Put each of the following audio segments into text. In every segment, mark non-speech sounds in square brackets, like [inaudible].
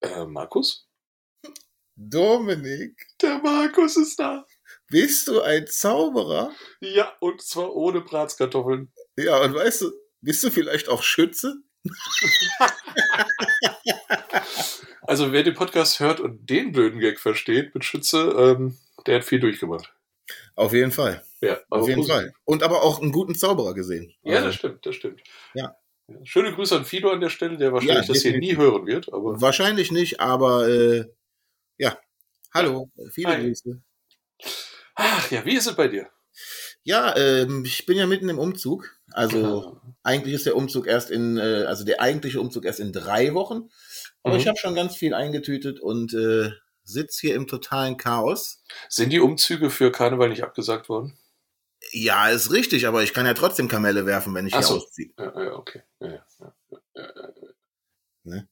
Äh, Markus? Dominik, Der Markus ist da. bist du ein Zauberer? Ja, und zwar ohne Bratkartoffeln. Ja, und weißt du, bist du vielleicht auch Schütze? Also wer den Podcast hört und den blöden Gag versteht mit Schütze, ähm, der hat viel durchgemacht. Auf jeden Fall. Ja, Auf aber jeden positiv. Fall. Und aber auch einen guten Zauberer gesehen. Ja, das Also, stimmt, das stimmt. Ja. Schöne Grüße an Fido an der Stelle, der wahrscheinlich Ja, das hier nie definitiv. hören wird, aber wahrscheinlich nicht, aber äh, ja. Hallo, viele Hi. Grüße. ach ja, wie ist es bei dir? Ja, ähm, ich bin ja mitten im Umzug. Also eigentlich ist der Umzug erst in, äh, also der eigentliche Umzug erst in drei Wochen. Aber Mhm. ich habe schon ganz viel eingetütet und äh, sitze hier im totalen Chaos. Sind die Umzüge für Karneval nicht abgesagt worden? Ja, ist richtig, aber ich kann ja trotzdem Kamelle werfen, wenn ich Ach hier so. ausziehe. Ja, ja, okay. Ja, ja, ja.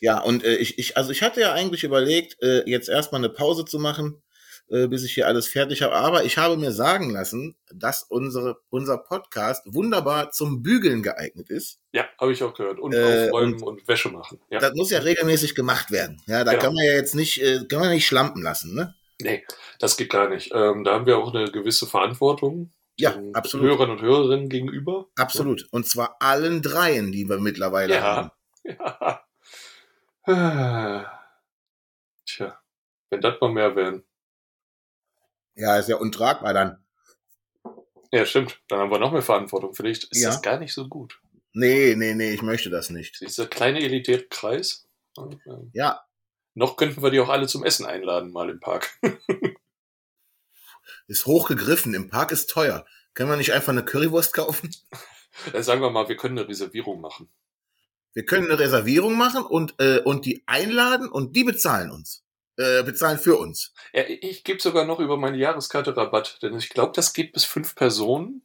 Ja, und äh, ich, ich, also ich hatte ja eigentlich überlegt, äh, jetzt erstmal eine Pause zu machen, äh, bis ich hier alles fertig habe. Aber ich habe mir sagen lassen, dass unsere, unser Podcast wunderbar zum Bügeln geeignet ist. ja habe ich auch gehört. Und Äh, aufräumen und, Wäsche machen. Ja. Das muss ja regelmäßig gemacht werden. Ja, da Genau. kann man ja jetzt nicht, äh, kann man nicht schlampen lassen, ne? Nee, das geht gar nicht. Ähm, da haben wir auch eine gewisse Verantwortung Ja, den absolut, Hörern und Hörerinnen gegenüber. [laughs] absolut. Und zwar allen dreien, die wir mittlerweile Ja. haben. Ja. Ah. Tja, wenn das mal mehr wären. Ja, ist ja untragbar dann. Ja, stimmt. Dann haben wir noch mehr Verantwortung. Vielleicht ist Ja. das gar nicht so gut. Nee, nee, nee, ich möchte das nicht. Dieser kleine elitäre Kreis. Und, ähm, Ja, noch könnten wir die auch alle zum Essen einladen, mal im Park. [laughs] ist hochgegriffen. Im Park ist teuer. Können wir nicht einfach eine Currywurst kaufen? Dann sagen wir mal, wir können eine Reservierung machen. Wir können eine Reservierung machen und, äh, und die einladen und die bezahlen uns. Äh, bezahlen für uns. Ja, ich gebe sogar noch über meine Jahreskarte Rabatt, denn ich glaube, das geht bis fünf Personen.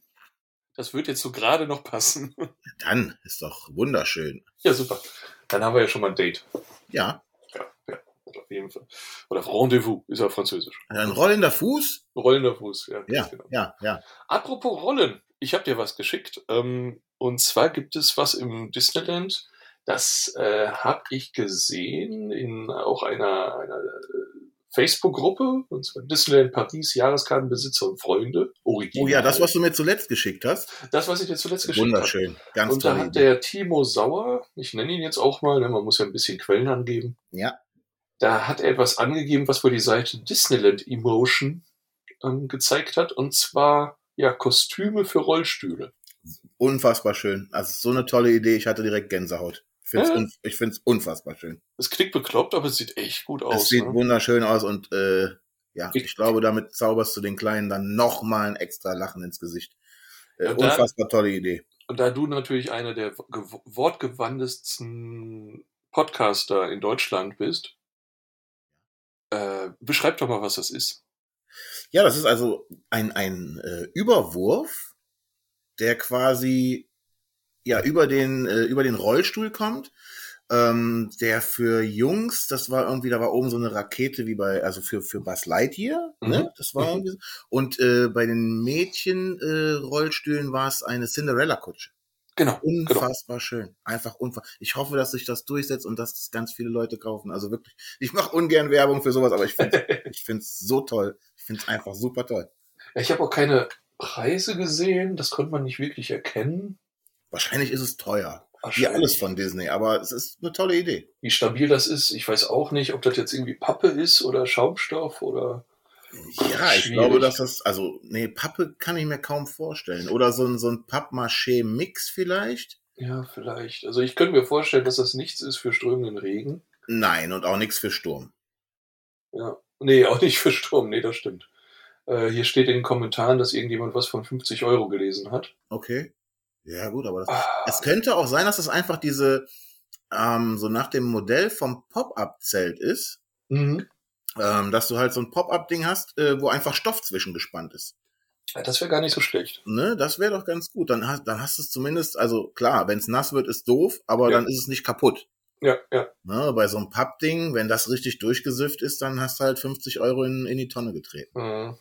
Das wird jetzt so gerade noch passen. [laughs] Dann ist doch wunderschön. Ja, super. Dann haben wir ja schon mal ein Date. Ja, Ja, ja auf jeden Fall. Oder Rendezvous ist ja französisch. ein rollender Fuß. Rollender Fuß, ja. ganz Genau. Ja, ja. Apropos Rollen, ich habe dir was geschickt. Ähm, und zwar gibt es was im Disneyland, das äh, habe ich gesehen in auch einer, einer äh, Facebook-Gruppe, und zwar Disneyland Paris, Jahreskartenbesitzer und Freunde. Original. Oh ja, das, was du mir zuletzt geschickt hast. das, was ich dir zuletzt geschickt habe. Wunderschön. Ganz Und da toll. hat der Timo Sauer, ich nenne ihn jetzt auch mal, ne, man muss ja ein bisschen Quellen angeben. Ja. Da hat er etwas angegeben, was wohl die Seite Disneyland Emotion ähm, gezeigt hat, und zwar ja Kostüme für Rollstühle. Unfassbar schön. Also so eine tolle Idee. Ich hatte direkt Gänsehaut. Ich find's, Ja. un ich find's unfassbar schön. Es klingt bekloppt, aber es sieht echt gut Es aus. sieht Ne? wunderschön aus und äh, ja, Ich- ich glaube, damit zauberst du den Kleinen dann nochmal ein extra Lachen ins Gesicht. Äh, Und dann- unfassbar tolle Idee. Und da du natürlich einer der gew- wortgewandtesten Podcaster in Deutschland bist, äh, beschreib doch mal, was das ist. Ja, das ist also ein, ein äh, Überwurf, der quasi ja über den, äh, über den Rollstuhl kommt. Ähm, der für Jungs, das war irgendwie, da war oben so eine Rakete wie bei, also für, für Buzz Lightyear, Mhm. ne? Das war Mhm. irgendwie so. Und äh, bei den Mädchen-Rollstühlen äh, Rollstühlen war es eine Cinderella-Kutsche. Genau. Unfassbar schön. Einfach unfassbar. Ich hoffe, dass sich das durchsetzt und dass das ganz viele Leute kaufen. Also wirklich, ich mache ungern Werbung für sowas, aber ich [laughs] finde ich find's so toll. Ich finde es einfach super toll. Ich habe auch keine Preise gesehen, das konnte man nicht wirklich erkennen. Wahrscheinlich ist es teuer. Wie Wahrscheinlich. alles von Disney, aber es ist eine tolle Idee. Wie stabil das ist, ich weiß auch nicht, ob das jetzt irgendwie Pappe ist oder Schaumstoff oder. Ja, ich Schwierig. glaube, dass das, also, nee, Pappe kann ich mir kaum vorstellen. Oder so ein, so ein Pappmaché-Mix vielleicht? Ja, vielleicht. Also ich könnte mir vorstellen, dass das nichts ist für strömenden Regen. Nein, und auch nichts für Sturm. Ja. Nee, auch nicht für Sturm. Nee, das stimmt. Äh, hier steht in den Kommentaren, dass irgendjemand was von 50 Euro gelesen hat. Okay. Ja, gut, aber das, Ah, es könnte auch sein, dass das einfach diese, ähm, so nach dem Modell vom Pop-Up-Zelt ist, mhm. ähm, dass du halt so ein Pop-Up-Ding hast, äh, wo einfach Stoff zwischengespannt ist. Ja, das wäre gar nicht so schlecht. Ne, das wäre doch ganz gut. Dann hast, dann hast du es zumindest, also klar, wenn es nass wird, ist doof, aber Ja. dann ist es nicht kaputt. Ja, ja. Ne, bei so einem Pappding, wenn das richtig durchgesifft ist, dann hast du halt 50 Euro in, in die Tonne getreten. Mhm.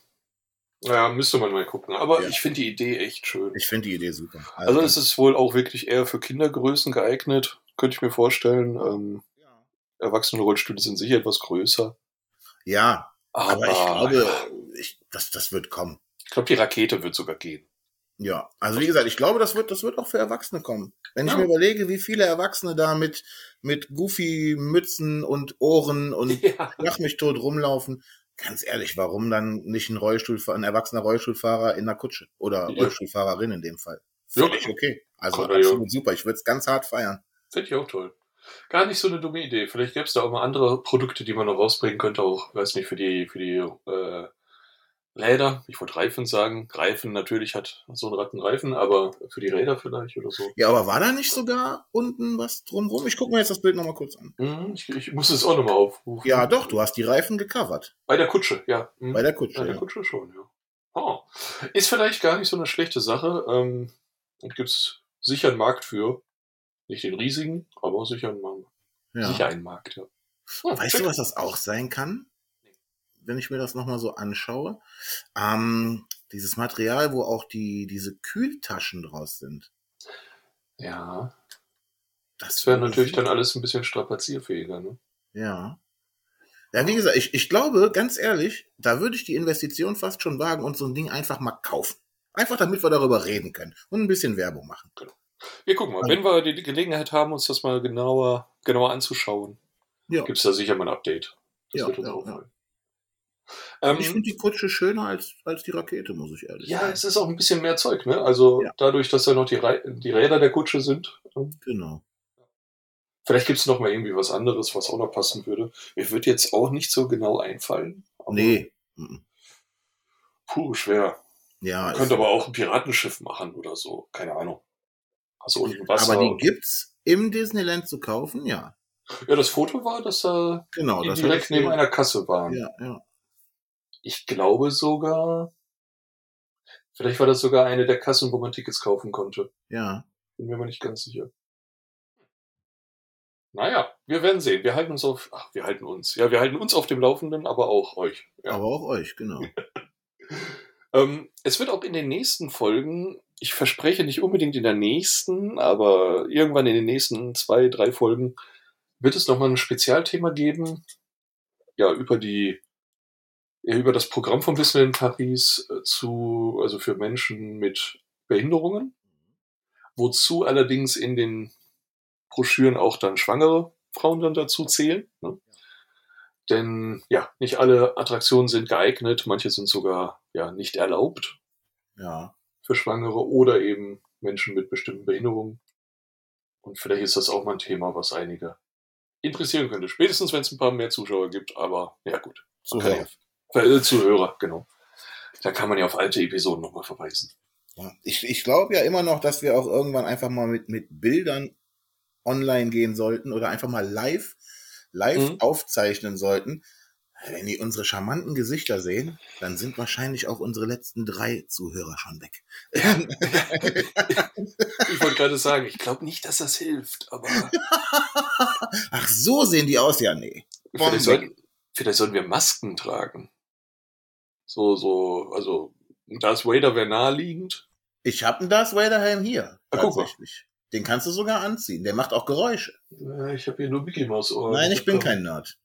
Ja, müsste man mal gucken. Aber Ja. ich finde die Idee echt schön. Ich finde die Idee super. Also es ist wohl auch wirklich eher für Kindergrößen geeignet, könnte ich mir vorstellen. Ähm, ja. Erwachsenenrollstühle sind sicher etwas größer. Ja, aber ich glaube, ich, das, das wird kommen. ich glaube, die Rakete wird sogar gehen. Ja, also wie gesagt, ich glaube, das wird, das wird auch für Erwachsene kommen. Wenn Ja. ich mir überlege, wie viele Erwachsene da mit, mit Goofy-Mützen und Ohren und [laughs] Ja. lach mich tot rumlaufen, ganz ehrlich, warum dann nicht ein Rollstuhl, ein erwachsener Rollstuhlfahrer in einer Kutsche oder Ja. Rollstuhlfahrerin in dem Fall? Ja. Völlig okay. Also Oder absolut super. Ich würde es ganz hart feiern. Fände ich auch toll. Gar nicht so eine dumme Idee. Vielleicht gäbe es da auch mal andere Produkte, die man noch rausbringen könnte, auch, weiß nicht, für die, für die äh, Räder. Ich wollte Reifen sagen. Reifen natürlich hat so ein Rad einen Reifen, aber für die Räder vielleicht oder so. Ja, aber war da nicht sogar unten was drumrum? Ich gucke mir jetzt das Bild nochmal kurz an. Hm, ich, ich muss es auch nochmal aufrufen. Ja, doch, du hast die Reifen gecovert. Bei der Kutsche, ja. Hm. Bei der Ja, Kutsche. der Ja. Kutsche schon, ja. Oh. Ist vielleicht gar nicht so eine schlechte Sache. Ähm, und gibt es sicher einen Markt für. Nicht den riesigen, aber sicher einen, Markt. Ja. sicher einen Markt, ja. Hm, Weißt schick. du, was das auch sein kann? Wenn ich mir das nochmal so anschaue. Ähm, dieses Material, wo auch die, diese Kühltaschen draus sind. Ja, das wäre wäre natürlich dann alles ein bisschen strapazierfähiger, ne? Ja. Ja, wie gesagt, ich, ich glaube, ganz ehrlich, da würde ich die Investition fast schon wagen und so ein Ding einfach mal kaufen. Einfach damit wir darüber reden können und ein bisschen Werbung machen. Wir gucken mal, wenn wir die Gelegenheit haben, uns das mal genauer, genauer anzuschauen, Ja. gibt's da sicher mal ein Update. Das Ja, wird uns ja, auffallen. ich Ähm, finde die Kutsche schöner als, als die Rakete, muss ich ehrlich ja, sagen. es ist auch ein bisschen mehr Zeug, ne? Also Ja. dadurch, dass da noch die, Rei- die Räder der Kutsche sind, ähm, Genau. Vielleicht gibt's noch mal irgendwie was anderes, was auch noch passen würde. Mir wird jetzt auch nicht so genau einfallen. Aber Nee. Mhm. Puh, schwer. Ja, Man ist- könnte aber auch ein Piratenschiff machen oder so. Keine Ahnung. Also unten Wasser. aber die gibt's im Disneyland zu kaufen, ja. ja, das Foto war, dass da Genau. die hatte direkt ich neben mir- einer Kasse waren. Ja, ja. Ich glaube sogar, vielleicht war das sogar eine der Kassen, wo man Tickets kaufen konnte. Ja. Bin mir aber nicht ganz sicher. Naja, wir werden sehen. Wir halten uns auf, ach, wir halten uns. Ja, wir halten uns auf dem Laufenden, aber auch euch. Ja. Aber auch [laughs] euch, genau. Ähm, es wird auch in den nächsten Folgen, ich verspreche nicht unbedingt in der nächsten, aber irgendwann in den nächsten zwei, drei Folgen wird es nochmal ein Spezialthema geben. Ja, über die, ja, über das Programm vom Disneyland Paris äh, zu, also für Menschen mit Behinderungen. Wozu allerdings in den Broschüren auch dann schwangere Frauen dann dazu zählen. Ne? Denn ja, nicht alle Attraktionen sind geeignet, manche sind sogar ja nicht erlaubt Ja. für Schwangere oder eben Menschen mit bestimmten Behinderungen. Und vielleicht ist das auch mal ein Thema, was einige interessieren könnte. Spätestens, wenn es ein paar mehr Zuschauer gibt, aber ja gut. So Kann ja. Ja, äh, Zuhörer, genau. Da kann man ja auf alte Episoden nochmal verweisen. Ja. Ich, ich glaube ja immer noch, dass wir auch irgendwann einfach mal mit, mit Bildern online gehen sollten oder einfach mal live, live Mhm. aufzeichnen sollten. Wenn die unsere charmanten Gesichter sehen, dann sind wahrscheinlich auch unsere letzten drei Zuhörer schon weg. [laughs] Ich wollte gerade sagen, ich glaube nicht, dass das hilft, [laughs] aber Ach, so sehen die aus, ja, nee. Bombe. vielleicht sollten, vielleicht sollten wir Masken tragen. So, so, also Darth Vader wäre naheliegend. Ich habe einen Darth Vader Helm hier. Ah, guck mal. tatsächlich. Den kannst du sogar anziehen. Der macht auch Geräusche. Äh, Ich habe hier nur Mickey Mouse Ohren. Nein, ich bin kein Nerd.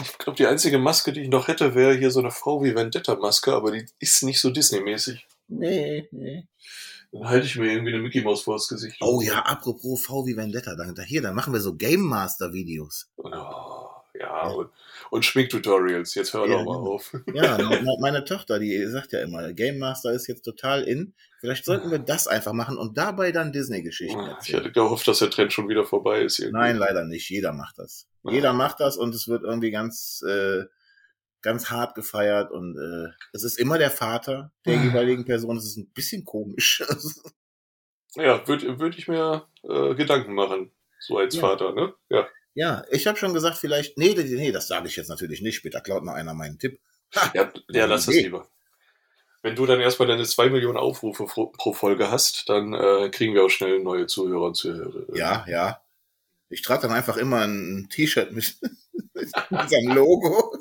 Ich glaube, die einzige Maske, die ich noch hätte, wäre hier so eine Frau wie Vendetta-Maske, aber die ist nicht so Disney-mäßig. Nee, nee. Dann halte ich mir irgendwie eine Mickey Maus vors Gesicht. Oh ja, apropos V wie Vendetta, danke. Hier, dann machen wir so Game Master Videos. Und, oh, ja, und, und Schminktutorials. Jetzt hör doch Ja, mal genau. auf. Ja, meine, meine Tochter, die sagt ja immer, Game Master ist jetzt total in. Vielleicht sollten wir das einfach machen und dabei dann Disney-Geschichten Hm, Ich erzählen. hätte gehofft, dass der Trend schon wieder vorbei ist. irgendwie. Nein, leider nicht. Jeder macht das. Ah. Jeder macht das und es wird irgendwie ganz, äh, ganz hart gefeiert und äh, es ist immer der Vater der Ah. jeweiligen Person. Es ist ein bisschen komisch. [laughs] Ja, würde würd ich mir äh, Gedanken machen. So als Ja. Vater, ne? Ja. ja, ich habe schon gesagt, vielleicht, nee, nee, nee, das sage ich jetzt natürlich nicht. Später klaut noch einer meinen Tipp. Ja, ja lass das Nee. lieber. Wenn du dann erstmal deine 2 Millionen Aufrufe pro, pro Folge hast, dann äh, kriegen wir auch schnell neue Zuhörer und Zuhörerinnen. Ja, ja. Ich trage dann einfach immer ein T-Shirt mit [laughs] unserem Logo.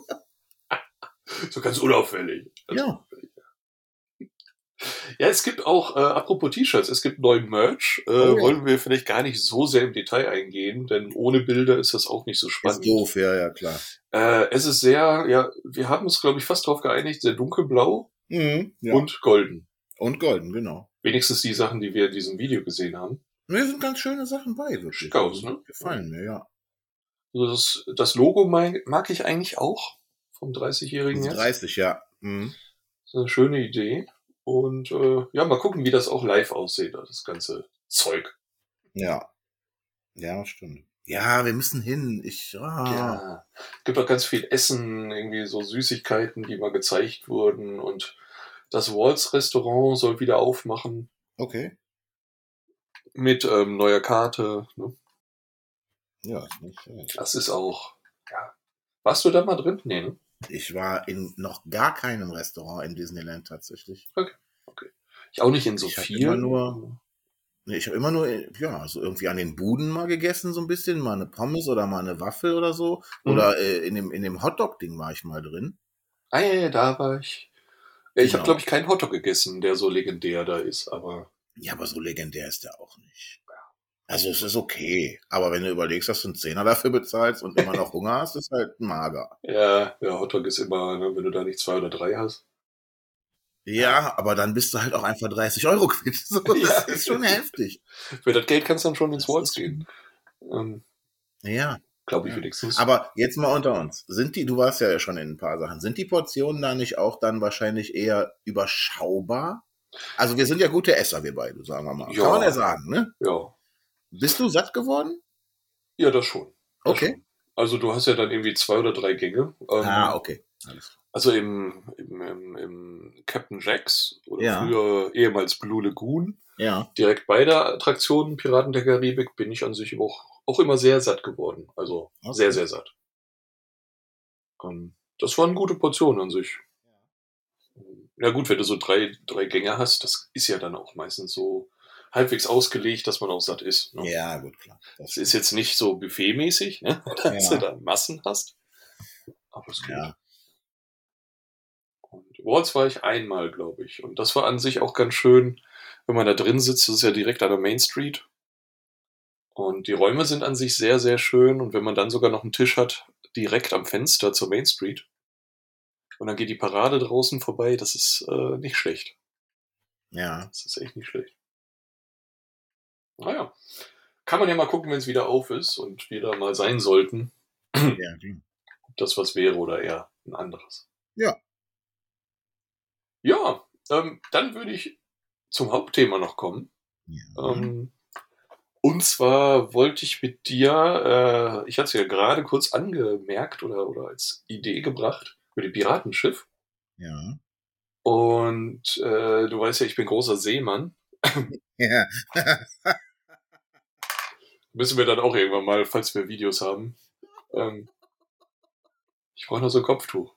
So ganz unauffällig. Ja. Ja, es gibt auch, äh, apropos T-Shirts, es gibt neuen Merch. Äh, Oh ja. Wollen wir vielleicht gar nicht so sehr im Detail eingehen, denn ohne Bilder ist das auch nicht so Ist spannend. doof, ja, ja, klar. Äh, es ist sehr, ja, wir haben uns, glaube ich, fast darauf geeinigt, sehr dunkelblau Mhm, ja. und, und golden. golden, genau. Wenigstens die Sachen, die wir in diesem Video gesehen haben. Mir sind ganz schöne Sachen bei, wirklich. Schick aus, ne? Gefallen mir, ja. Also Das, das Logo mag, mag ich eigentlich auch vom 30-Jährigen jetzt. 30, ja. Mhm. Das ist eine schöne Idee. Und äh, ja, mal gucken, wie das auch live aussieht, das ganze Zeug. Ja. Ja, stimmt. Ja, wir müssen hin. Ich, ah. Ja. Gibt auch ganz viel Essen, irgendwie so Süßigkeiten, die mal gezeigt wurden. Und das Waltz Restaurant soll wieder aufmachen Okay. mit ähm, neuer Karte. Ne? Ja, ist nicht schlecht. Das ist auch. Ja. Warst du da mal drin? Nee, ne? Ich war in noch gar keinem Restaurant in Disneyland tatsächlich. Ich auch nicht in so Hm. Ich hab viel. immer nur- Nee, ich habe immer nur, ja, so irgendwie an den Buden mal gegessen, so ein bisschen, mal eine Pommes oder mal eine Waffel oder so. Mhm. Oder äh, in dem, in dem Hotdog-Ding war ich mal drin. Ah ja, ja, da war ich. Ja, ich hab, Genau. habe, glaube ich, keinen Hotdog gegessen, der so legendär da ist, aber Ja, aber so legendär ist der auch nicht. Also es ist okay. Aber wenn du überlegst, dass du einen Zehner dafür bezahlst und immer noch Hunger hast, ist halt mager. ja, ja Hotdog ist immer, ne, wenn du da nicht zwei oder drei hast. Ja, aber dann bist du halt auch einfach 30 Euro quitt. [laughs] So, Ja. das ist schon heftig. Für das Geld kannst du dann schon ins Das Walls ist- gehen. Ähm, Ja, glaube ich Ja. wenigstens. aber jetzt mal unter uns. Sind die, du warst ja schon in ein paar Sachen, sind die Portionen da nicht auch dann wahrscheinlich eher überschaubar? Also wir sind ja gute Esser, wir beide, sagen wir mal. Ja. Kann man ja sagen, ne? ja. Bist du satt geworden? ja, das schon. Das Okay. Schon. Also du hast ja dann irgendwie zwei oder drei Gänge. Ähm, Ah, okay. Alles klar. Also im, im, im, im Captain Jacks oder Ja. früher ehemals Blue Lagoon Ja, direkt bei der Attraktion Piraten der Karibik bin ich an sich auch, auch immer sehr satt geworden. Also Okay. sehr, sehr satt. Ähm, das waren gute Portionen an sich. Ja gut, wenn du so drei, drei Gänge hast, das ist ja dann auch meistens so halbwegs ausgelegt, dass man auch satt ist. Ne? ja gut, klar. Das Es ist jetzt nicht so buffetmäßig, ne? [laughs] dass Ja. du da Massen hast. Aber es geht. Ja. Und Walls war ich einmal, glaube ich. Und das war an sich auch ganz schön, wenn man da drin sitzt, das ist ja direkt an der Main Street. Und die Räume sind an sich sehr, sehr schön. Und wenn man dann sogar noch einen Tisch hat, direkt am Fenster zur Main Street. Und dann geht die Parade draußen vorbei, das ist äh, nicht schlecht. Ja. Das ist echt nicht schlecht. Naja. Kann man ja mal gucken, wenn es wieder auf ist und wir da mal sein sollten, ja, klar. ob das was wäre oder eher ein anderes. Ja. Ja, ähm, dann würde ich zum Hauptthema noch kommen. ja. Ähm, und zwar wollte ich mit dir, äh, ich hatte es ja gerade kurz angemerkt oder, oder als Idee gebracht, über die Piratenschiff. ja. Und äh, du weißt ja, ich bin großer Seemann. ja. Müssen wir dann auch irgendwann mal, falls wir Videos haben. Ähm, ich brauche noch so ein Kopftuch.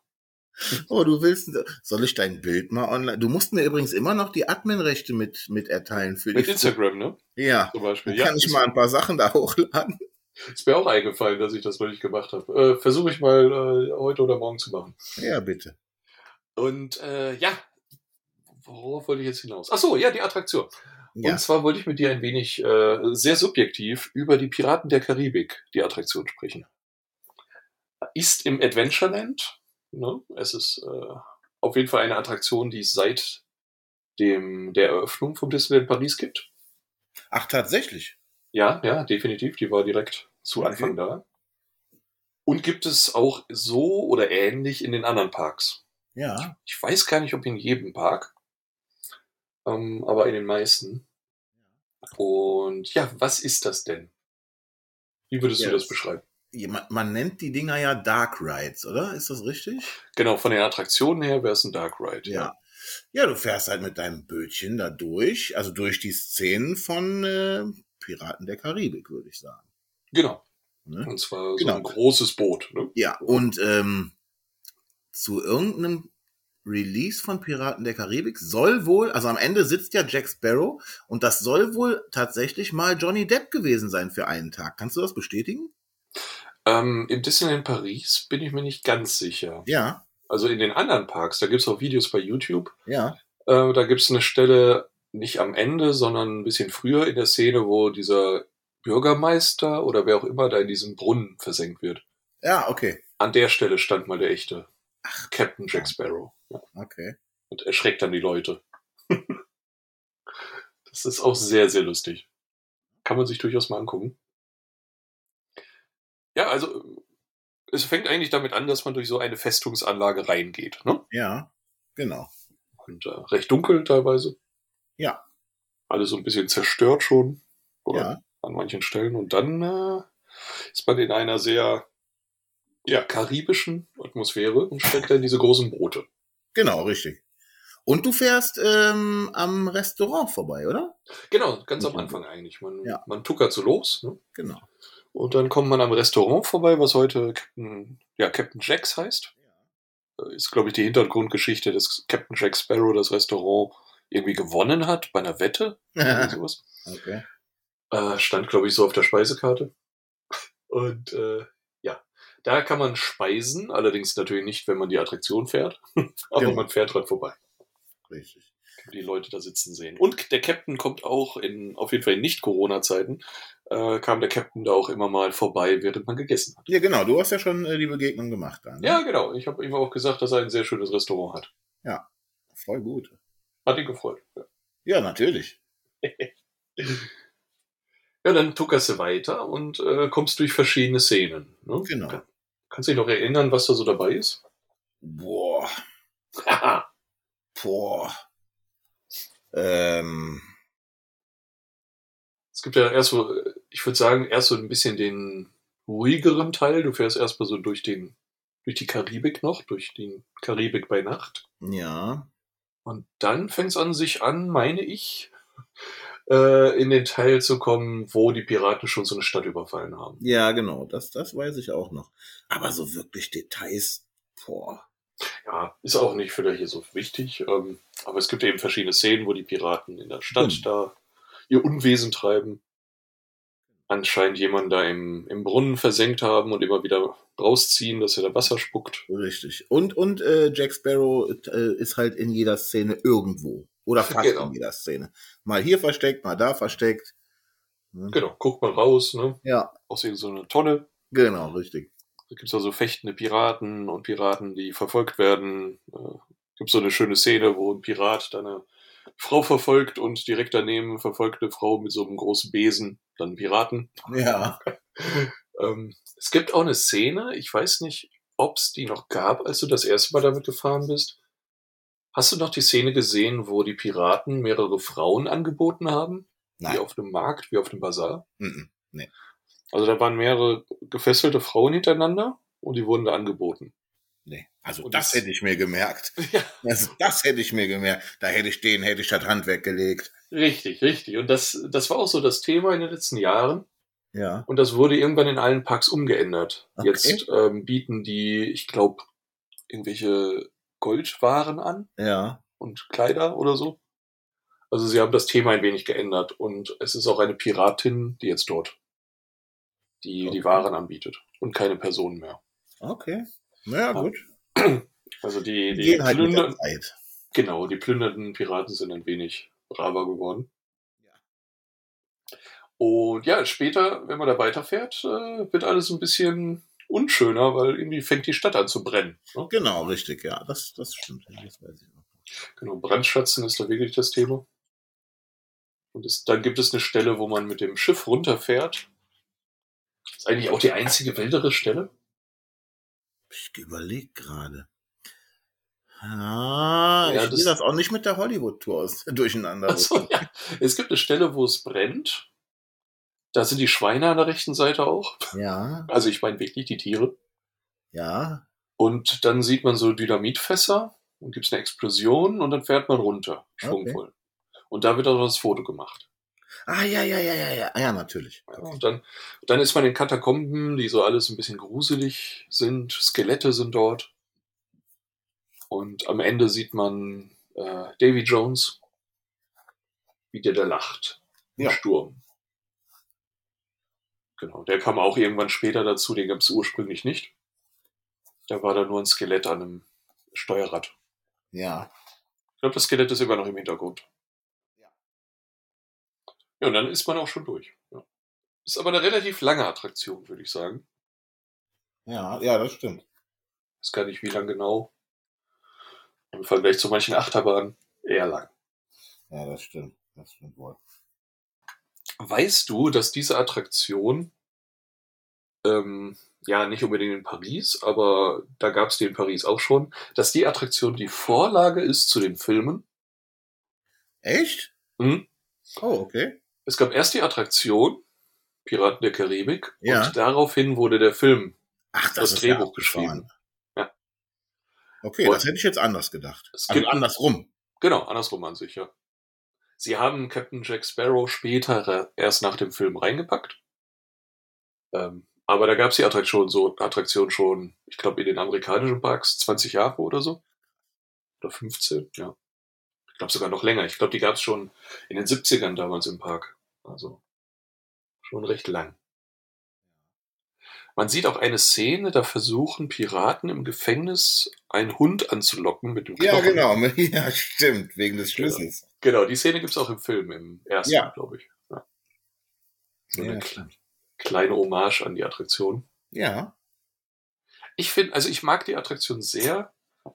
Oh, du willst, soll ich dein Bild mal online? Du musst mir übrigens immer noch die Admin-Rechte mit, mit erteilen für Mit die- Instagram, ne? Ja. Zum Beispiel. Dann Ja, kann ich mal ein paar Sachen da [laughs] hochladen. ist mir auch eingefallen, dass ich das noch nicht gemacht habe. Äh, Versuche ich mal äh, heute oder morgen zu machen. Ja, bitte. Und äh, ja, worauf wollte ich jetzt hinaus? Ach so, ja, die Attraktion. Ja. Und zwar wollte ich mit dir ein wenig äh, sehr subjektiv über die Piraten der Karibik, die Attraktion, sprechen. Ist im Adventureland. Ne? Es ist äh, auf jeden Fall eine Attraktion, die es seit dem, der Eröffnung vom Disneyland Paris gibt. Ach, tatsächlich. Ja, ja, definitiv. Die war direkt zu Okay. Anfang da. Und gibt es auch so oder ähnlich in den anderen Parks. Ja. Ich weiß gar nicht, ob in jedem Park, ähm, aber in den meisten. Und ja, was ist das denn? Wie würdest Ja, du das das- beschreiben? Man, man nennt die Dinger ja Dark Rides, oder? Ist das richtig? Genau, von den Attraktionen her wäre es ein Dark Ride. Ja, du fährst halt mit deinem Bötchen da durch, also durch die Szenen von äh, Piraten der Karibik, würde ich sagen. Genau. Ne? Und zwar so Genau. ein großes Boot. Ne? Ja, und ähm, zu irgendeinem Release von Piraten der Karibik soll wohl, also am Ende sitzt ja Jack Sparrow und das soll wohl tatsächlich mal Johnny Depp gewesen sein für einen Tag. Kannst du das bestätigen? Ähm, Im Disneyland Paris bin ich mir nicht ganz sicher. Ja, Also in den anderen Parks, da gibt es auch Videos bei YouTube, ja. äh, Äh, da gibt es eine Stelle nicht am Ende, sondern ein bisschen früher in der Szene, wo dieser Bürgermeister oder wer auch immer da in diesem Brunnen versenkt wird. Ja, okay. An der Stelle stand mal der echte Captain Jack Sparrow. Ja. Okay. Und erschreckt dann die Leute. [laughs] das ist auch sehr, sehr lustig. Kann man sich durchaus mal angucken. Ja, also es fängt eigentlich damit an, dass man durch so eine Festungsanlage reingeht. Ne? Ja, genau. Und äh, recht dunkel teilweise. Ja. Alles so ein bisschen zerstört schon. Oder Ja. an manchen Stellen. Und dann äh, ist man in einer sehr ja, karibischen Atmosphäre und stellt dann diese großen Brote. Genau, richtig. Und du fährst ähm, am Restaurant vorbei, oder? Genau, ganz am Mhm. Anfang eigentlich. Man, Ja. man tuckert so los. Ne? Genau. [laughs] Und dann kommt man am Restaurant vorbei, was heute Captain, ja, Captain Jacks heißt. Äh, Ist, glaube ich, die Hintergrundgeschichte, dass Captain Jack Sparrow das Restaurant irgendwie gewonnen hat bei einer Wette. [laughs] Irgendwie sowas. okay. Äh, stand, glaube ich, so auf der Speisekarte. Und äh, ja, da kann man speisen, allerdings natürlich nicht, wenn man die Attraktion fährt. [laughs] Aber Genau. man fährt dran vorbei. Richtig. Die Leute da sitzen sehen. Und der Captain kommt auch in, auf jeden Fall in Nicht-Corona-Zeiten, äh, kam der Captain da auch immer mal vorbei, während man gegessen hat. Ja, genau. Du hast ja schon äh, die Begegnung gemacht dann. Ja, genau. Ich habe ihm auch gesagt, dass er ein sehr schönes Restaurant hat. Voll gut. Hat ihn gefreut. Ja, Ja, natürlich. ja dann tuckerst du weiter und äh, kommst durch verschiedene Szenen. Ne? Genau. Kannst dich noch erinnern, was da so dabei ist? Boah. Haha. Boah. Ähm, Es gibt ja erst so, ich würde sagen, erst so ein bisschen den ruhigeren Teil. Du fährst erstmal so durch den, durch die Karibik noch, durch den Karibik bei Nacht. ja. Und dann fängt es an, sich an, meine ich, äh, in den Teil zu kommen, wo die Piraten schon so eine Stadt überfallen haben. Ja, genau. Das, das weiß ich auch noch. Aber so wirklich Details. Boah. Ja, ist auch nicht vielleicht hier so wichtig. Ähm, aber es gibt eben verschiedene Szenen, wo die Piraten in der Stadt Hm. da ihr Unwesen treiben. Anscheinend jemanden da im, im Brunnen versenkt haben und immer wieder rausziehen, dass er da Wasser spuckt. Richtig. Und, und äh, Jack Sparrow äh, ist halt in jeder Szene irgendwo. Oder fast Genau. in jeder Szene. Mal hier versteckt, mal da versteckt. Hm? Genau, guckt mal raus, ne? Ja, Aus irgendeiner Tonne. genau, richtig. Da gibt's also fechtende Piraten und Piraten, die verfolgt werden. Äh, gibt's so eine schöne Szene, wo ein Pirat dann eine Frau verfolgt und direkt daneben verfolgt eine Frau mit so einem großen Besen, dann einen Piraten. Ja. Ähm, es gibt auch eine Szene, ich weiß nicht, ob's die noch gab, als du das erste Mal damit gefahren bist. Hast du noch die Szene gesehen, wo die Piraten mehrere Frauen angeboten haben? Nein. Wie auf dem Markt, wie auf dem Bazar? Mhm. Also da waren mehrere gefesselte Frauen hintereinander und die wurden da angeboten. Nee. Also Und das das- hätte ich mir gemerkt. Ja, Also das hätte ich mir gemerkt. Da hätte ich den, hätte ich das Hand weggelegt. richtig, richtig. Und das, das war auch so das Thema in den letzten Jahren. Ja. Und das wurde irgendwann in allen Parks umgeändert. Okay. Jetzt ähm, bieten die, ich glaube, irgendwelche Goldwaren an Ja. und Kleider oder so. Also sie haben das Thema ein wenig geändert. Und es ist auch eine Piratin, die jetzt dort die, die Okay. Waren anbietet und keine Personen mehr. Okay. Naja, Ja. gut. Ah, Also die, die Die gehen halt mit plündern- der Zeit. Genau, die plündernden Piraten sind ein wenig braver geworden. Ja. Und ja, später, wenn man da weiterfährt, äh, wird alles ein bisschen unschöner, weil irgendwie fängt die Stadt an zu brennen. Ne? Genau, richtig. Ja, das, das stimmt. Das weiß ich noch. Genau, Brandschatzen ist da wirklich das Thema. Und es, dann gibt es eine Stelle, wo man mit dem Schiff runterfährt. Ist eigentlich auch die einzige wildere Stelle. Ich überlege gerade. Ah, Ja, ich will das- das, auch nicht mit der Hollywood-Tour aus- [laughs] durcheinander. Also, ja. Es gibt eine Stelle, wo es brennt. Da sind die Schweine an der rechten Seite auch. Ja, Also ich meine wirklich die Tiere. ja. Und dann sieht man so Dynamitfässer und gibt es eine Explosion und dann fährt man runter, schwungvoll. Und da wird auch das Foto gemacht. Ah, ja, ja, ja, ja, ja, ja, natürlich. Ja, und dann, dann ist man in Katakomben, die so alles ein bisschen gruselig sind, Skelette sind dort. Und am Ende sieht man äh, Davy Jones, wie der da lacht. Im Ja. Sturm. Genau, der kam auch irgendwann später dazu, den gab es ursprünglich nicht. Da war da nur ein Skelett an einem Steuerrad. Ja. Ich glaube, das Skelett ist immer noch im Hintergrund. Ja. Ja, und dann ist man auch schon durch. Ja. Ist aber eine relativ lange Attraktion, würde ich sagen. Ja, ja, das stimmt. Ich weiß gar nicht, wie lang genau. Im Vergleich zu manchen Achterbahnen eher lang. Ja, das stimmt. Das stimmt wohl. Weißt du, dass diese Attraktion, ähm, ja, nicht unbedingt in Paris, aber da gab es die in Paris auch schon, dass die Attraktion die Vorlage ist zu den Filmen? Echt? Hm? Oh, okay. Es gab erst die Attraktion, Piraten der Karibik, Ja. und daraufhin wurde der Film. Ach, Das das, ist Drehbuch ja abgefahren. geschrieben. Ja. Okay, Und- das hätte ich jetzt anders gedacht. Es Also gibt- andersrum. Genau, andersrum an sich, ja. Sie haben Captain Jack Sparrow später re- erst nach dem Film reingepackt. Ähm, aber da gab es die Attraktion, so, Attraktion schon, ich glaube, in den amerikanischen Parks 20 Jahre oder so. Oder 15, ja. Ich glaube sogar noch länger. Ich glaube, die gab es schon in den 70ern damals im Park. Also schon recht lang. Man sieht auch eine Szene, da versuchen Piraten im Gefängnis einen Hund anzulocken mit dem Ja, Knochen. [laughs] genau. [laughs] Ja, stimmt. Wegen des Schlüssels. Genau, die Szene gibt's auch im Film, im ersten, Ja. glaube ich. Ja. So Ja, eine kle- stimmt. kleine Hommage an die Attraktion. Ja. Ich finde, also ich mag die Attraktion sehr,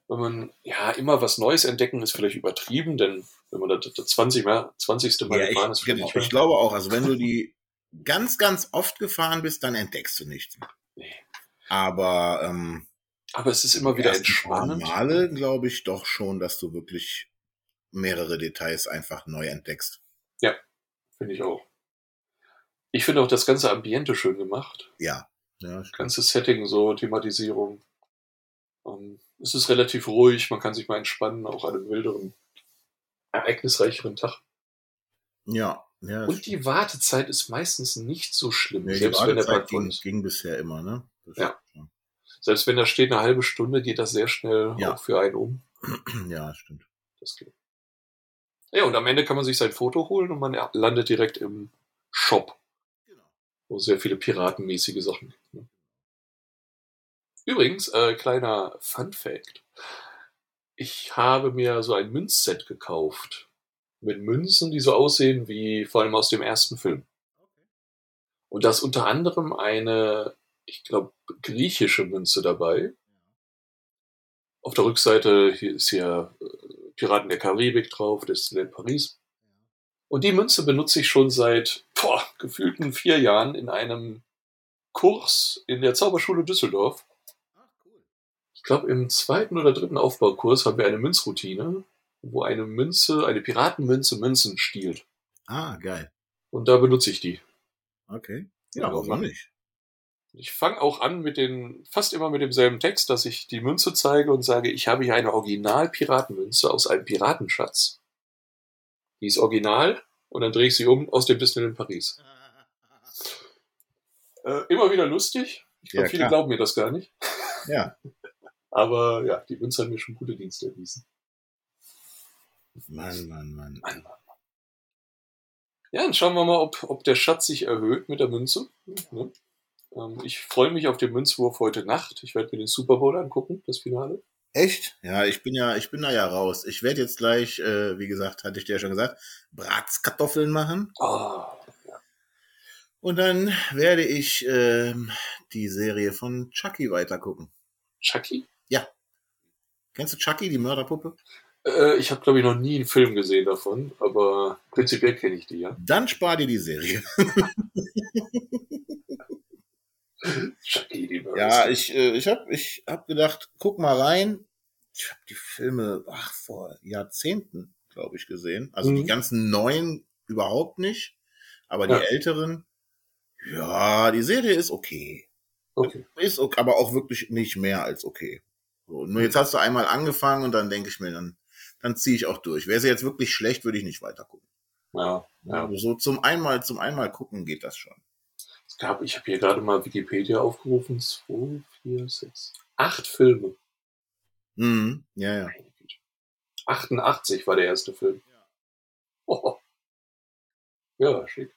wenn man ja immer was Neues entdecken ist vielleicht übertrieben, denn wenn man das, das 20 Mal, 20. Mal ja gefahren ist, ich, finde genau. ich, ich glaube auch. Also wenn du die ganz, ganz oft gefahren bist, dann entdeckst du nichts. Nee. Aber ähm, aber es ist immer wieder die ersten paar entspannend. Male glaube ich doch schon, dass du wirklich mehrere Details einfach neu entdeckst. Finde ich auch. Ich finde auch das ganze Ambiente schön gemacht. Ja. Ja, Ganze Setting, so Thematisierung. Ähm, es ist relativ ruhig, man kann sich mal entspannen, auch an einem wilderen, ereignisreicheren Tag. ja. ja Und die Wartezeit ist meistens nicht so schlimm, Nee, die selbst wenn der Park Wartezeit voll ging, ist. ging bisher immer, ne? Das Ja. stimmt Selbst wenn da steht eine halbe Stunde, geht das sehr schnell Ja. auch für einen um. schon. [clears throat] Ja, stimmt. Das geht. Ja, und am Ende kann man sich sein Foto holen und man landet direkt im Shop, Genau. wo sehr viele piratenmäßige Sachen gibt. Ne? Übrigens, äh, kleiner Fun Fact. Ich habe mir so ein Münzset gekauft. Mit Münzen, die so aussehen wie vor allem aus dem ersten Film. Und da ist unter anderem eine, ich glaube, griechische Münze dabei. Auf der Rückseite hier ist hier äh, Piraten der Karibik drauf, das ist in Paris. Und die Münze benutze ich schon seit boah, gefühlten vier Jahren in einem Kurs in der Zauberschule Düsseldorf. Ach, Ah, cool. Ich glaube, im zweiten oder dritten Aufbaukurs haben wir eine Münzroutine, wo eine Münze, eine Piratenmünze Münzen stiehlt. Ah, geil. Und da benutze ich die. Okay. Ja, Ja, warum warum nicht? Ich fange auch an mit den, fast immer mit demselben Text, dass ich die Münze zeige und sage, ich habe hier eine Original-Piratenmünze aus einem Piratenschatz. Die ist original und dann drehe ich sie um aus dem Disneyland Paris. Äh, immer wieder lustig. Ich glaube, Ja, viele klar. glauben mir das gar nicht. Ja. [laughs] Aber ja, die Münze hat mir schon gute Dienste erwiesen. Mann, Mann, Mann. Ja, dann schauen wir mal, ob, ob der Schatz sich erhöht mit der Münze. Ne? Ähm, ich freue mich auf den Münzwurf heute Nacht. Ich werde mir den Super Bowl angucken, das Finale. Echt? Ja, ich bin ja, ich bin da ja raus. Ich werde jetzt gleich, äh, wie gesagt, hatte ich dir ja schon gesagt, Bratskartoffeln machen. Ah, Und dann werde ich ähm, die Serie von Chucky weitergucken. Chucky? Kennst du Chucky, die Mörderpuppe? Äh, ich habe, glaube ich, noch nie einen Film gesehen davon, aber prinzipiell kenne ich die, ja. Dann spar dir [laughs] die Serie. Chucky, die Mörder. Ja, ich, äh, ich hab ich hab gedacht, guck mal rein. Ich hab die Filme ach, vor Jahrzehnten, glaube ich, gesehen. Also die Mhm. ganzen neuen überhaupt nicht, aber die Ja. älteren. Ja, die Serie ist okay. Okay. Ist ok- aber auch wirklich nicht mehr als okay. So, nur jetzt hast du einmal angefangen und dann denke ich mir, dann, dann ziehe ich auch durch. Wäre sie jetzt wirklich schlecht, würde ich nicht weitergucken. Ja, ja. Aber so zum einmal, zum einmal gucken geht das schon. Es gab, ich habe hier gerade mal Wikipedia aufgerufen. Zwei, vier, sechs, acht Filme. Mhm. Ja, ja. 88 war der erste Film. Oh. Ja, schick.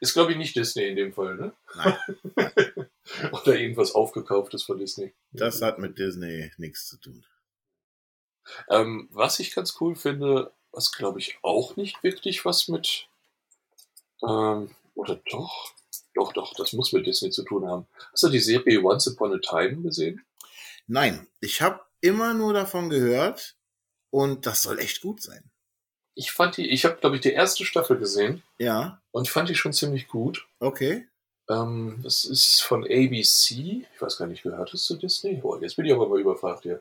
Ist, glaube ich, nicht Disney in dem Fall, ne? Nein. [laughs] Oder irgendwas aufgekauftes von Disney. Das hat mit Disney nichts zu tun. Ähm, was ich ganz cool finde, was glaube ich auch nicht wirklich was mit, ähm, oder doch, doch, doch, das muss mit Disney zu tun haben. Hast du die Serie Once Upon a Time gesehen? Nein, ich habe immer nur davon gehört und das soll echt gut sein. Ich fand die, ich habe glaube ich die erste Staffel gesehen Ja, und fand die schon ziemlich gut. okay. Ähm, das ist von ABC. Ich weiß gar nicht, gehört es zu Disney? Boah, jetzt bin ich aber mal überfragt hier.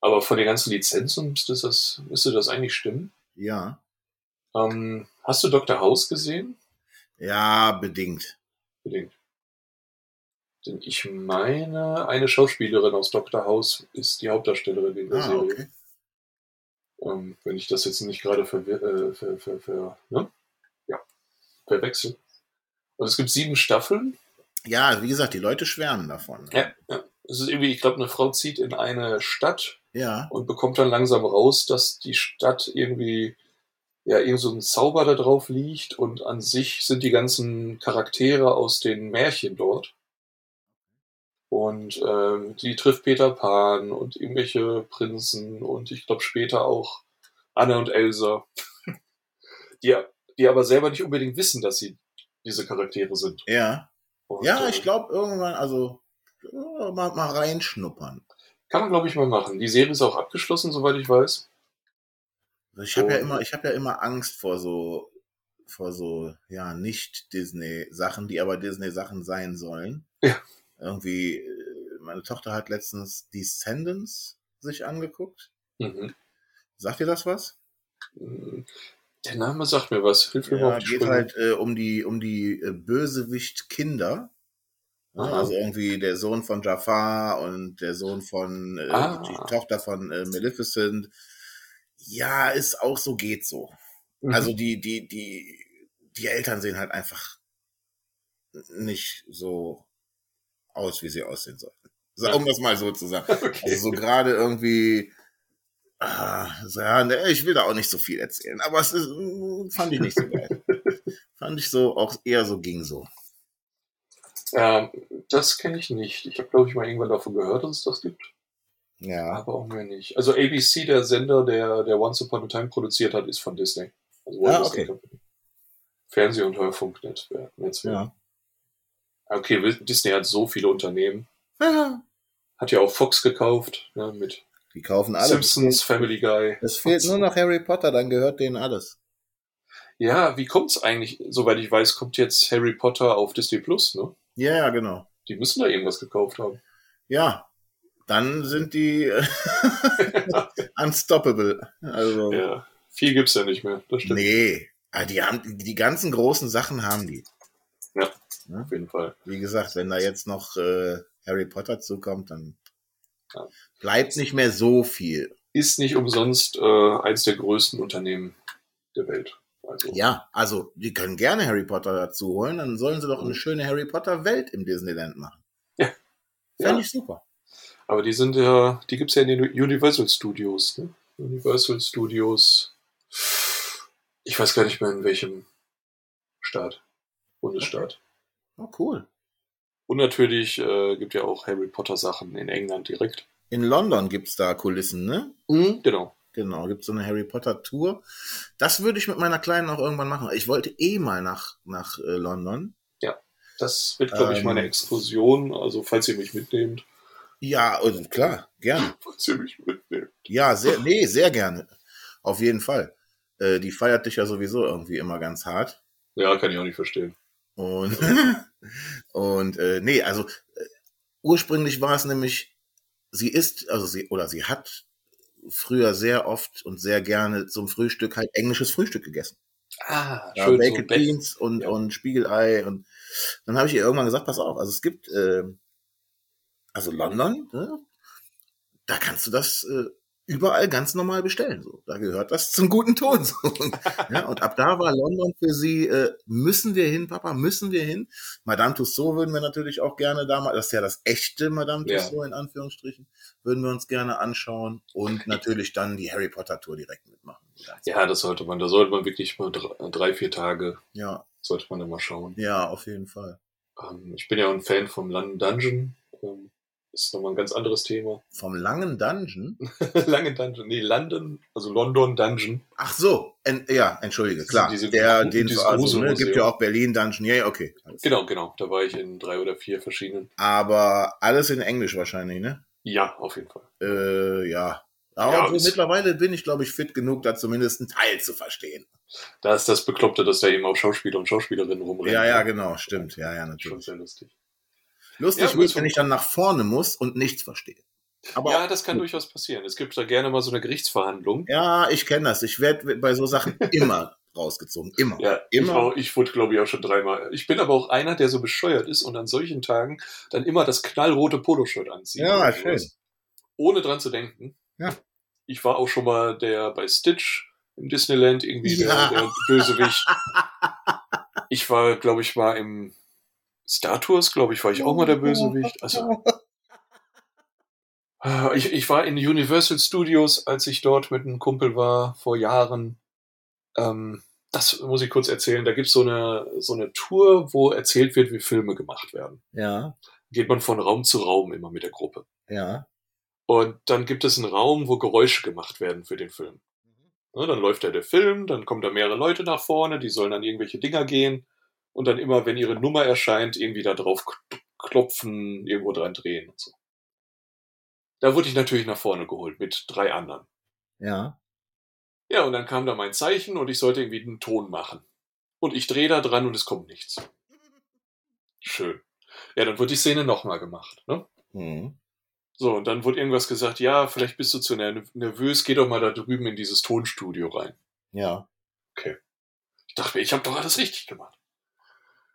Aber von den ganzen Lizenzen müsste das, müsste das eigentlich stimmen. Ja. Ähm, hast du Dr. House gesehen? Ja, bedingt. Bedingt. Denn ich meine, eine Schauspielerin aus Dr. House ist die Hauptdarstellerin in der Ah, Serie. okay. Ähm, wenn ich das jetzt nicht gerade verwir äh, ver ver ver ne? ja. verwechsel. Und es gibt sieben Staffeln. Ja, wie gesagt, die Leute schwärmen davon. Ja. ja. Es ist irgendwie, ich glaube, eine Frau zieht in eine Stadt Ja, und bekommt dann langsam raus, dass die Stadt irgendwie ja irgend so ein Zauber da drauf liegt und an sich sind die ganzen Charaktere aus den Märchen dort. Und ähm, die trifft Peter Pan und irgendwelche Prinzen und ich glaube später auch Anne und [laughs] Elsa, die, die aber selber nicht unbedingt wissen, dass sie diese Charaktere sind. ja. Und, Ja, äh, ich glaube irgendwann, also äh, mal, mal reinschnuppern. Kann man, glaube ich, mal machen. Die Serie ist auch abgeschlossen, soweit ich weiß. Also, Ich habe ja Und- immer, ich habe ja immer Angst vor so, vor so, ja, nicht Disney-Sachen, die aber Disney-Sachen sein sollen. Ja. Irgendwie, äh, meine Tochter hat letztens Descendants sich angeguckt. Mhm. Sagt ihr das was? Der Name sagt mir was. Hilf mir mal Ja, auf die geht Sprünge. [laughs] halt äh, um die, um die äh, Bösewicht Kinder. Ne? Aha. Also irgendwie der Sohn von Jafar und der Sohn von, äh, Ah. die Tochter von äh, Maleficent. Ja, ist auch so, geht so. Mhm. Also die, die, die, die Eltern sehen halt einfach nicht so aus, wie sie aussehen sollten. So, Ja. Um das mal so zu sagen. okay. Also so gerade irgendwie, ah, so, ja, ne, ich will da auch nicht so viel erzählen, aber es ist, mm, fand ich nicht [laughs] so geil. fand ich so auch eher so ging so. ähm, das kenne ich nicht. Ich habe, glaube ich, mal irgendwann davon gehört, dass es das gibt. Ja. Aber auch mehr nicht. Also ABC, der Sender, der, der Once Upon a Time produziert hat, ist von Disney. Also Walt Ah, Disney okay. Company. Fernseh- und Hörfunknetzwerk. Netzwerk. Ja. Okay, Wil- Disney hat so viele Unternehmen. Hat ja auch Fox gekauft, ne, mit [laughs] Die kaufen alles. Simpsons, Family Guy. Es fehlt nur noch Harry Potter, dann gehört denen alles. Ja, wie kommt's eigentlich? Soweit ich weiß, kommt jetzt Harry Potter auf Disney Plus, ne? Ja, ja, genau. Die müssen da irgendwas gekauft haben. Ja. Dann sind die äh, [laughs] unstoppable. Also, Ja. Viel gibt's ja nicht mehr. Das stimmt. nee. Ah, die haben, die ganzen großen Sachen haben die. Auf jeden Fall. Wie gesagt, wenn da jetzt noch äh, Harry Potter zukommt, dann Ja. bleibt nicht mehr so viel. Ist nicht umsonst äh, eins der größten Unternehmen der Welt. Also, Ja, also die können gerne Harry Potter dazu holen, dann sollen sie doch eine schöne Harry Potter Welt im Disneyland machen. Ja. Fände Ja. ich super. Aber die sind ja, die gibt's ja in den Universal Studios. Ne? Universal Studios. Ich weiß gar nicht mehr in welchem Staat. Bundesstaat. Oh, cool. Und natürlich äh, gibt ja auch Harry Potter Sachen in England direkt. In London gibt's da Kulissen, ne? Genau. Genau, gibt's so eine Harry Potter Tour. Das würde ich mit meiner Kleinen auch irgendwann machen. Ich wollte eh mal nach, nach äh, London. Das wird, glaube ich, Ähm. meine Exkursion. Also, falls ihr mich mitnehmt, Ja, und klar, gerne. falls ihr mich mitnehmt. Ja, sehr, nee, sehr gerne. Auf jeden Fall. Äh, die feiert dich ja sowieso irgendwie immer ganz hart. Ja, kann ich auch nicht verstehen. Und, [laughs] und äh, nee, also äh, ursprünglich war es nämlich, sie ist, also sie, oder sie hat früher sehr oft und sehr gerne zum Frühstück halt englisches Frühstück gegessen. Ah, Ja, schön. Baked So Be- Beans und, Ja. und Spiegelei. Und dann habe ich ihr irgendwann gesagt, pass auf, also es gibt, äh, also London, ne? da kannst du das äh, überall ganz normal bestellen. So. Da gehört das zum guten [laughs] Ton. So. ja, und ab da war London für sie, äh, müssen wir hin, Papa, müssen wir hin. Madame Tussaud würden wir natürlich auch gerne da mal, das ist ja das echte Madame Ja. Tussaud in Anführungsstrichen, würden wir uns gerne anschauen und natürlich dann die Harry Potter Tour direkt mitmachen. Ja, das sollte man. Da sollte man wirklich mal dr- drei, vier Tage, Ja, sollte man da mal schauen. ja, auf jeden Fall. Ähm, ich bin ja auch ein Fan vom London Dungeon. Ähm, ist nochmal ein ganz anderes Thema. [laughs] Vom langen Dungeon? Lange Dungeon, nee, London, also London Dungeon. Ach so, en, ja, entschuldige, Diese- klar. diese- der, den dieses also, große ne, gibt Museum. ja auch Berlin Dungeon, ja, ja, okay. Alles. Genau, genau. Da war ich in drei oder vier verschiedenen. Aber alles in Englisch wahrscheinlich, ne? Ja, auf jeden Fall. Äh, ja. Aber Ja, so ist- mittlerweile bin ich, glaube ich, fit genug, da zumindest einen Teil zu verstehen. Da ist das Bekloppte, dass da eben auch Schauspieler und Schauspielerinnen rumrennen. Ja, ja, genau, stimmt. Ja, ja, Schon natürlich. sehr lustig. Lustig Ja, wird, ist- wenn ich dann nach vorne muss und nichts verstehe. Aber ja, das kann durchaus passieren. Es gibt da gerne mal so eine Gerichtsverhandlung. Ja, ich kenne das. Ich werde bei so Sachen [laughs] immer rausgezogen. Immer. Ja, Immer. Ich, war, ich wurde, glaube ich, auch schon dreimal. Ich bin aber auch einer, der so bescheuert ist und an solchen Tagen dann immer das knallrote Poloshirt anzieht. Ja, Oder schön. sowas. Ohne dran zu denken. Ja. Ich war auch schon mal der bei Stitch im Disneyland irgendwie Ja. der, der Bösewicht. Ich war, glaube ich, mal im Star Tours, glaube ich, war ich auch mal der Bösewicht. Also äh, ich, ich war in Universal Studios, als ich dort mit einem Kumpel war vor Jahren. Ähm, das muss ich kurz erzählen. Da gibt's so eine, so eine Tour, wo erzählt wird, wie Filme gemacht werden. Ja, Geht man von Raum zu Raum immer mit der Gruppe. ja. Und dann gibt es einen Raum, wo Geräusche gemacht werden für den Film. Ne, dann läuft da der Film, dann kommen da mehrere Leute nach vorne, die sollen an irgendwelche Dinger gehen und dann immer, wenn ihre Nummer erscheint, irgendwie da drauf k- klopfen, irgendwo dran drehen und so. Da wurde ich natürlich nach vorne geholt mit drei anderen. Ja. Ja, und dann kam da mein Zeichen und ich sollte irgendwie einen Ton machen. Und ich drehe da dran und es kommt nichts. Schön. Ja, dann wird die Szene nochmal gemacht. Ne? Mhm. So, und dann wurde irgendwas gesagt, ja, vielleicht bist du zu nerv- nervös, geh doch mal da drüben in dieses Tonstudio rein. Ja. Ich dachte mir, ich habe doch alles richtig gemacht.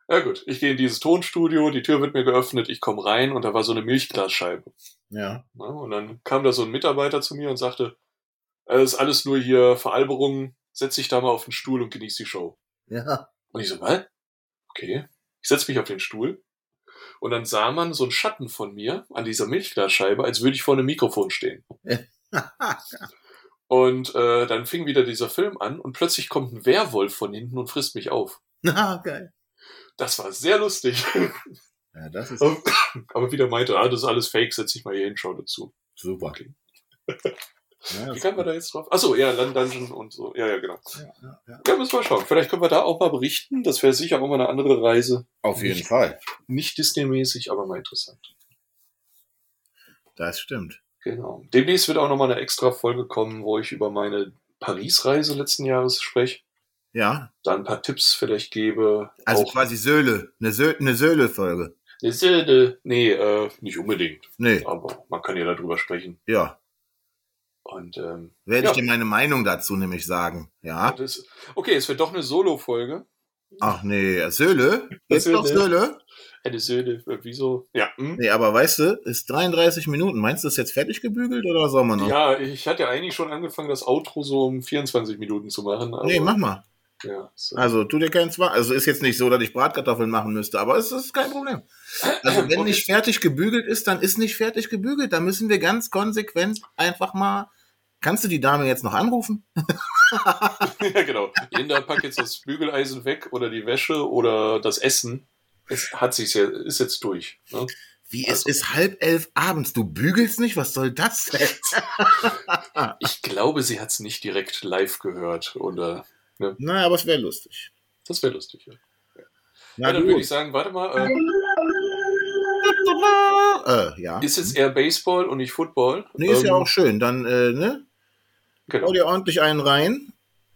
Ja gut, ich gehe in dieses Tonstudio, die Tür wird mir geöffnet, ich komme rein und da war so eine Milchglasscheibe. Ja. [laughs] Ne? Und dann kam da so ein Mitarbeiter zu mir und sagte, "Äh, das ist alles nur hier Veralberung, setz dich da mal auf den Stuhl und genieß die Show. Ja. Und ich so, was? Okay. Ich setz mich auf den Stuhl. Und dann sah man so einen Schatten von mir an dieser Milchglasscheibe, als würde ich vor einem Mikrofon stehen. Und äh, dann fing wieder dieser Film an und plötzlich kommt ein Werwolf von hinten und frisst mich auf. Na, geil. Das war sehr lustig. [laughs] Ja, das ist Aber- Aber wieder meinte, ah, das ist alles Fake, setz ich mal hier hin, schau dazu. super. Okay. Ja, das Wie kamen wir da jetzt drauf? Achso, ja, Land Dungeon und so. Ja, ja, genau. ja, ja, ja. Können wir uns mal schauen. Vielleicht können wir da auch mal berichten. Das wäre sicher auch mal eine andere Reise. Auf jeden Fall. Nicht Disney-mäßig, aber mal interessant. Das stimmt. Genau. Demnächst wird auch nochmal eine extra Folge kommen, wo ich über meine Paris-Reise letzten Jahres spreche. Ja. Da ein paar Tipps vielleicht gebe. Also auch quasi Söhle. Eine, Sö eine Söhle-Folge. eine Silde. Nee, äh, nicht unbedingt. Nee, Aber man kann ja darüber sprechen. ja. Und ähm, Werde ich Ja. dir meine Meinung dazu nämlich sagen. Ja. das, okay, es wird doch eine Solo-Folge. Ach nee, Söhle? Jetzt Söhle. noch Söhle? Eine Silde. äh, Wieso? Ja. Hm? Nee, aber weißt du, ist 33 Minuten. Meinst du, ist jetzt fertig gebügelt oder soll man noch? hm. Ja, ich hatte ja eigentlich schon angefangen, das Outro so um 24 Minuten zu machen. Aber, nee, mach mal. Ja, so. Also, tu dir keinen Zwang. Also, ist jetzt nicht so, dass ich Bratkartoffeln machen müsste, aber es ist kein Problem. Also, wenn Okay. nicht fertig gebügelt ist, dann ist nicht fertig gebügelt. Da müssen wir ganz konsequent einfach mal. Kannst du die Dame jetzt noch anrufen? [laughs] ja, genau. Linda packt jetzt das Bügeleisen weg oder die Wäsche oder das Essen. Es hat sich ja, ist jetzt durch. Ne? Wie, es ist halb elf abends. Du bügelst nicht? Was soll [laughs] das denn? Ich glaube, sie hat es nicht direkt live gehört. Oder Naja, aber es wäre lustig. das wäre lustig. Ja. Na, ja, dann gut. würde ich sagen, warte mal, äh, äh, ja. ist jetzt eher Baseball und nicht Football. Nee, ist ja Ähm, auch schön. Dann, äh, ne? Hau Genau. dir ordentlich einen rein.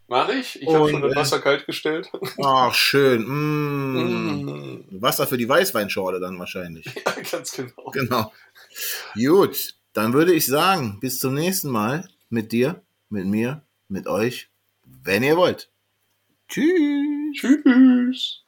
Mach ich. Ich habe Und, schon das äh, Wasser kalt gestellt. Ach, schön. Mm. Mm. Wasser für die Weißweinschorle dann wahrscheinlich. [laughs] Ja, [laughs] ganz genau. Genau. Gut, dann würde ich sagen, bis zum nächsten Mal mit dir, mit mir, mit euch, wenn ihr wollt. Tschüss. Tschüss.